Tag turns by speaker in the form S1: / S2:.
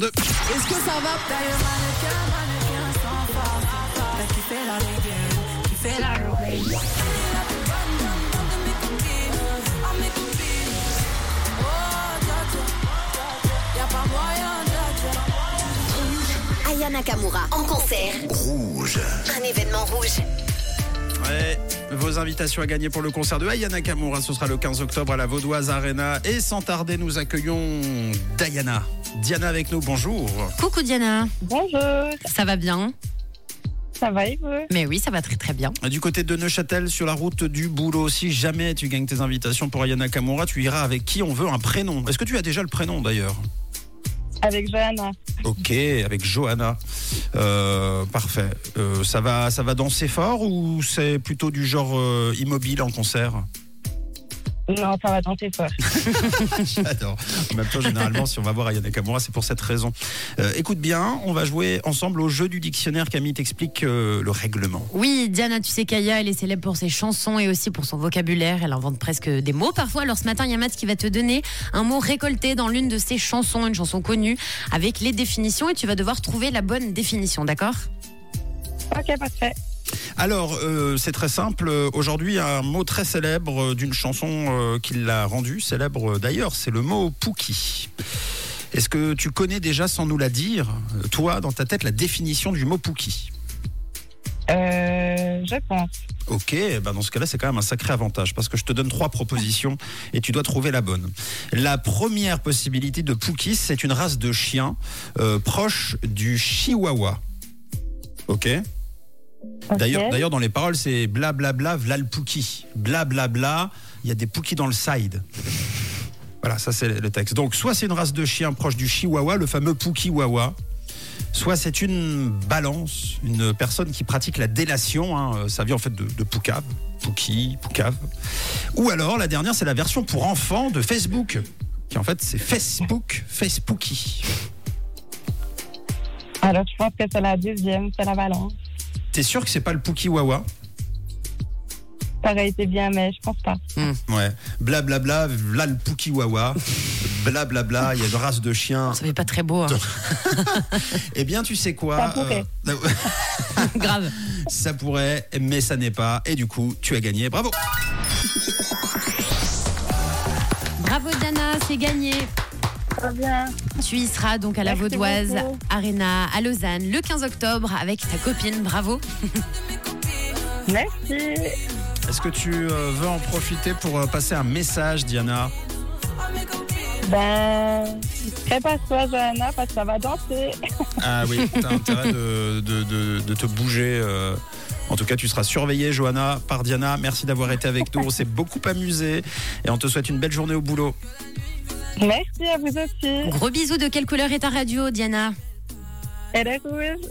S1: Deux.
S2: Est-ce que ça va D'ailleurs, mannequin, mannequin, sans force. T'as kiffé la reggae, kiffé la reggae. Elle est la plus bonne dame, dame de mes copines, oh mes copines. Oh, dja, dja, dja, dja. Y'a pas moyen, dja, dja.
S3: Ayana Kamura en concert.
S4: Rouge.
S3: Un événement rouge.
S1: Ouais, vos invitations à gagner pour le concert de Ayana Kamura, ce sera le 15 octobre à la Vaudoise Arena. Et sans tarder, nous accueillons Diana. Diana avec nous, bonjour.
S5: Coucou Diana,
S6: Bonjour,
S5: ça va bien
S6: ça va et vous
S5: Mais oui, ça va très très bien.
S1: Du côté de Neuchâtel, sur la route du boulot, si jamais tu gagnes tes invitations pour Ayana Kamura, tu iras avec qui on veut un prénom. Est-ce que tu as déjà le prénom d'ailleurs
S6: Avec Johanna.
S1: Ok, avec Johanna. Euh, parfait. Euh, ça, va, ça va danser fort ou c'est plutôt du genre euh, immobile en concert
S6: Non, ça va danser fort.
S1: J'adore. En même temps, généralement, si on va voir Ayana Kamura, c'est pour cette raison. Euh, écoute bien, on va jouer ensemble au jeu du dictionnaire. Camille t'explique euh, le règlement.
S5: Oui, Diana, tu sais qu'Aya, elle est célèbre pour ses chansons et aussi pour son vocabulaire. Elle invente presque des mots parfois. Alors ce matin, il y a Matt qui va te donner un mot récolté dans l'une de ses chansons, une chanson connue, avec les définitions et tu vas devoir trouver la bonne définition, d'accord
S6: ok, parfait.
S1: Alors, euh, c'est très simple. Euh, Aujourd'hui, un mot très célèbre euh, d'une chanson euh, qui l'a rendue célèbre euh, d'ailleurs, c'est le mot Pookie. Est-ce que tu connais déjà, sans nous la dire, euh, toi, dans ta tête, la définition du mot Pookie
S6: Euh, je pense.
S1: Ok, bah dans ce cas-là, c'est quand même un sacré avantage parce que je te donne trois propositions et tu dois trouver la bonne. La première possibilité de Pookie, c'est une race de chiens euh, proche du Chihuahua. Ok.
S6: Ok.
S1: D'ailleurs, d'ailleurs, dans les paroles, c'est bla bla bla, v'là le Pookie. Bla bla bla, il y a des Pookies dans le side. Voilà, ça c'est le texte. Donc, soit c'est une race de chiens proche du Chihuahua, le fameux Pookie Wawa. Soit c'est une balance, une personne qui pratique la délation, hein, euh, ça vient en fait de, de Poucave, Pouki, Poucave. Ou alors la dernière, c'est la version pour enfants de Facebook, qui en fait c'est Facebook, Facebooky.
S6: Alors, je pense que c'est la deuxième, c'est la balance.
S1: T'es sûr que c'est pas le Pouki Wawa
S6: Ça aurait été bien, mais je pense pas.
S1: Ouais. Blablabla, là le Pouki Wawa. Blablabla, il y a une race de chiens.
S5: Ça fait pas très beau, hein.
S1: Eh bien, tu sais
S6: Ça
S1: quoi
S6: pourrait.
S1: euh,
S5: grave.
S1: Ça pourrait, mais ça n'est pas. Et du coup, tu as gagné. Bravo
S5: Bravo Diana, c'est gagné.
S6: Très bien.
S5: Tu y seras donc à la
S6: Merci
S5: Vaudoise
S6: beaucoup.
S5: Arena à Lausanne le 15 octobre avec ta copine. Bravo.
S6: Merci.
S1: Est-ce que tu euh, veux en profiter pour euh, passer un message, Diana
S6: Ben, prépare-toi, Johanna, parce que ça va danser.
S1: Ah oui, t'as intérêt de, de- de- de te bouger. euh. En tout cas, tu seras surveillée, Johanna, par Diana. Merci d'avoir été avec nous. On s'est beaucoup amusé et on te souhaite une belle journée au boulot.
S6: Merci à vous aussi.
S5: Gros bisous. De quelle couleur est ta radio, Diana
S6: Elle est rouge.